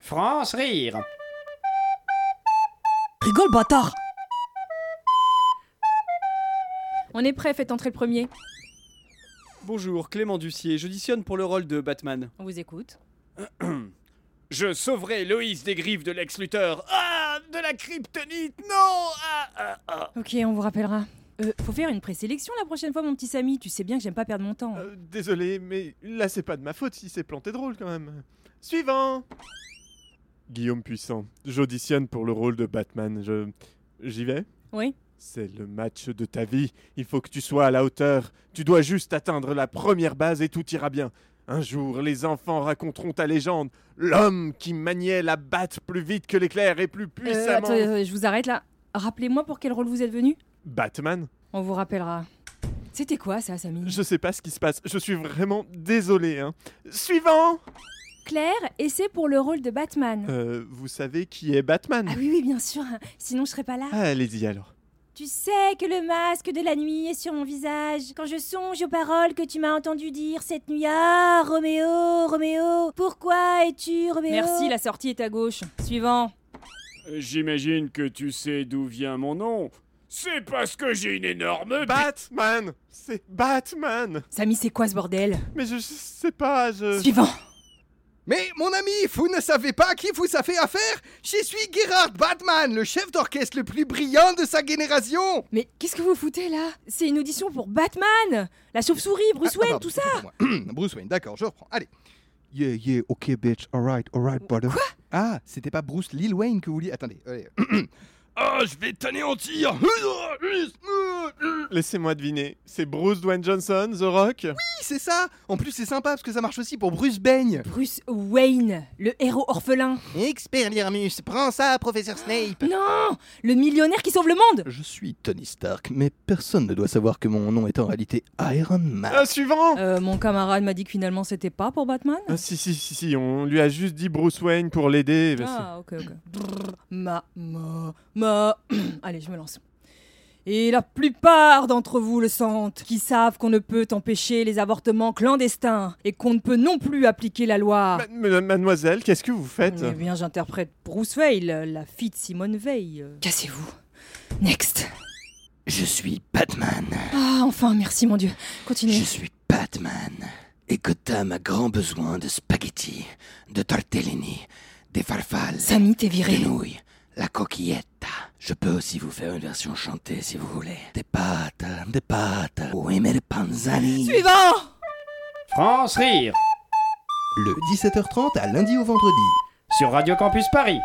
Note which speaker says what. Speaker 1: France rire.
Speaker 2: Rigole, bâtard
Speaker 3: On est prêt, faites entrer le premier.
Speaker 4: Bonjour, Clément Ducier, j'auditionne pour le rôle de Batman.
Speaker 3: On vous écoute.
Speaker 1: Je sauverai Loïs des griffes de l'ex-lutteur. Ah De la kryptonite Non ah, ah, ah.
Speaker 3: Ok, on vous rappellera. Euh, faut faire une présélection la prochaine fois, mon petit Samy. Tu sais bien que j'aime pas perdre mon temps.
Speaker 5: Euh, désolé, mais là c'est pas de ma faute si c'est planté drôle quand même. Suivant
Speaker 6: Guillaume Puissant, j'auditionne pour le rôle de Batman. Je. J'y vais
Speaker 3: Oui.
Speaker 6: C'est le match de ta vie. Il faut que tu sois à la hauteur. Tu dois juste atteindre la première base et tout ira bien. Un jour, les enfants raconteront ta légende. L'homme qui maniait la batte plus vite que l'éclair et plus
Speaker 3: Euh,
Speaker 6: puissamment.
Speaker 3: attendez, attendez, je vous arrête là. Rappelez-moi pour quel rôle vous êtes venu.
Speaker 6: Batman
Speaker 3: On vous rappellera. C'était quoi ça, Samy
Speaker 6: Je sais pas ce qui se passe. Je suis vraiment désolé. hein. Suivant
Speaker 3: Claire, et c'est pour le rôle de Batman.
Speaker 6: Euh, Vous savez qui est Batman
Speaker 3: Ah oui, oui, bien sûr. Sinon, je serais pas là.
Speaker 6: Ah, Allez-y alors.
Speaker 3: Tu sais que le masque de la nuit est sur mon visage. Quand je songe aux paroles que tu m'as entendu dire cette nuit. Ah, Roméo, Roméo, pourquoi es-tu Roméo Merci, la sortie est à gauche. Suivant.
Speaker 1: J'imagine que tu sais d'où vient mon nom. C'est parce que j'ai une énorme bite.
Speaker 6: Batman C'est Batman
Speaker 3: Samy, c'est quoi ce bordel
Speaker 6: Mais je, je sais pas,
Speaker 7: Euh.
Speaker 6: je.
Speaker 3: Suivant.
Speaker 7: Mais mon ami, vous ne savez pas à qui vous avez affaire Je suis Gerhard Batman, le chef d'orchestre le plus brillant de sa génération
Speaker 3: Mais qu'est-ce que vous foutez là C'est une audition pour Batman La chauve-souris, Bruce
Speaker 7: Ah,
Speaker 3: Wayne,
Speaker 7: pardon,
Speaker 3: tout ça
Speaker 7: c'est pour moi. Bruce Wayne, d'accord, je reprends. Allez. Yeah, yeah, ok, bitch, alright, alright, brother. Quoi Ah, c'était pas Bruce Lil Wayne que vous vouliez. Attendez, allez. Ah, je vais t'anéantir Oui,
Speaker 6: Laissez-moi deviner. C'est Bruce Dwayne Johnson, The Rock
Speaker 7: c'est ça En plus, c'est sympa parce que ça marche aussi pour Bruce Bane
Speaker 3: Bruce Wayne, le héros orphelin.
Speaker 7: Expert Lirmus, prends ça, professeur Snape
Speaker 3: Non Le millionnaire qui sauve le monde
Speaker 7: Je suis Tony Stark, mais personne ne doit savoir que mon nom est en réalité Iron Man.
Speaker 6: Ah, suivant
Speaker 3: Euh, mon camarade m'a dit que finalement c'était pas pour Batman
Speaker 6: Ah, si, si, si, si, on lui a juste dit Bruce Wayne pour l'aider. parce que-
Speaker 3: Ah, ok, ok. Brrr, ma, ma, ma. Allez, je me lance. Et la plupart d'entre vous le sentent, qui savent qu'on ne peut empêcher les avortements clandestins et qu'on ne peut non plus appliquer la loi.
Speaker 6: Ma- Bah, ma- mademoiselle, qu'est-ce que vous faites
Speaker 3: Eh bien, j'interprète Bruce Veil, la fille de Simone Veil. Cassez-vous. Next.
Speaker 7: Je suis Batman.
Speaker 3: Ah, enfin, merci, mon Dieu. Continuez.
Speaker 7: Je suis Batman. Et Gotham a grand besoin de spaghettis, de tortellini, des farfales,
Speaker 3: Samy, t'es
Speaker 7: des
Speaker 3: viré.
Speaker 7: nouilles, la coquillette. Je peux aussi vous faire une version chantée si vous voulez. Des pâtes, des pâtes. Oui, mais des panzani.
Speaker 3: Suivant
Speaker 1: France rire.
Speaker 7: Le 17h30 à lundi au vendredi.
Speaker 1: Sur Radio Campus Paris.